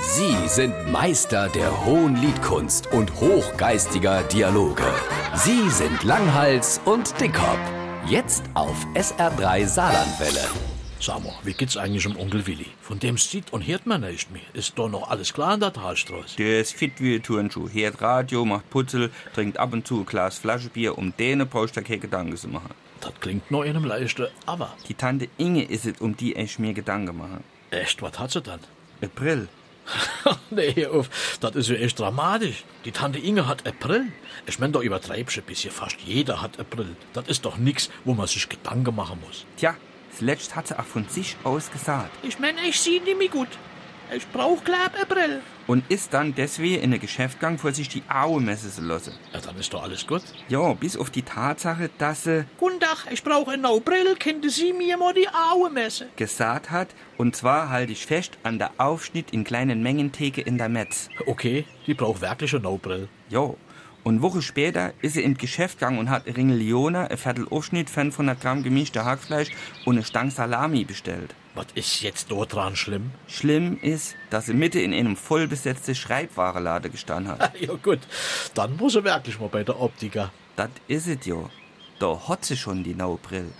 Sie sind Meister der hohen Liedkunst und hochgeistiger Dialoge. Sie sind Langhals und Dickhop. Jetzt auf SR3 Saarlandwelle. Sag mal, wie geht's eigentlich um Onkel Willi? Von dem sieht und hört man nicht mehr. Ist doch noch alles klar an der Talstraße. Der ist fit wie ein Turnschuh, hört Radio, macht Putzel, trinkt ab und zu ein Glas Flaschenbier, um denen brauchst du keine Gedanken zu machen. Das klingt noch einem leichter, aber Die Tante Inge ist es, um die ich mir Gedanken mache. echt, was hat sie dann? April. nee, hör auf, das ist ja echt dramatisch. Die Tante Inge hat April. Ich mein, da übertreibst du ein bisschen. Fast jeder hat April. Das ist doch nix, wo man sich Gedanken machen muss. Tja, zuletzt hat sie auch von sich aus gesagt. Ich mein, ich sieh nicht gut. Ich brauch glaub April. Und ist dann deswegen in den Geschäftgang vor sich die Aue messen zu lassen. Ja, dann ist doch alles gut. Ja, bis auf die Tatsache, dass sie Guten Tag, ich brauche eine neue Brille. Könnte Sie mir mal die Aue messen? gesagt hat, und zwar halte ich fest an der Aufschnitt in kleinen Mengentheke in der Metz. Okay, die braucht wirklich eine neue Brille. Jo. Und Woche später ist sie in Geschäft gegangen und hat Ringeliona, ein Viertel Aufschnitt, 500 Gramm gemischter Hackfleisch und eine Stange Salami bestellt. Was ist jetzt dort dran schlimm? Schlimm ist, dass sie Mitte in einem vollbesetzten Schreibwarenlade gestanden hat. ja gut, dann muss er wirklich mal bei der Optiker. das is it, jo. Da hat sie schon die neue Brille.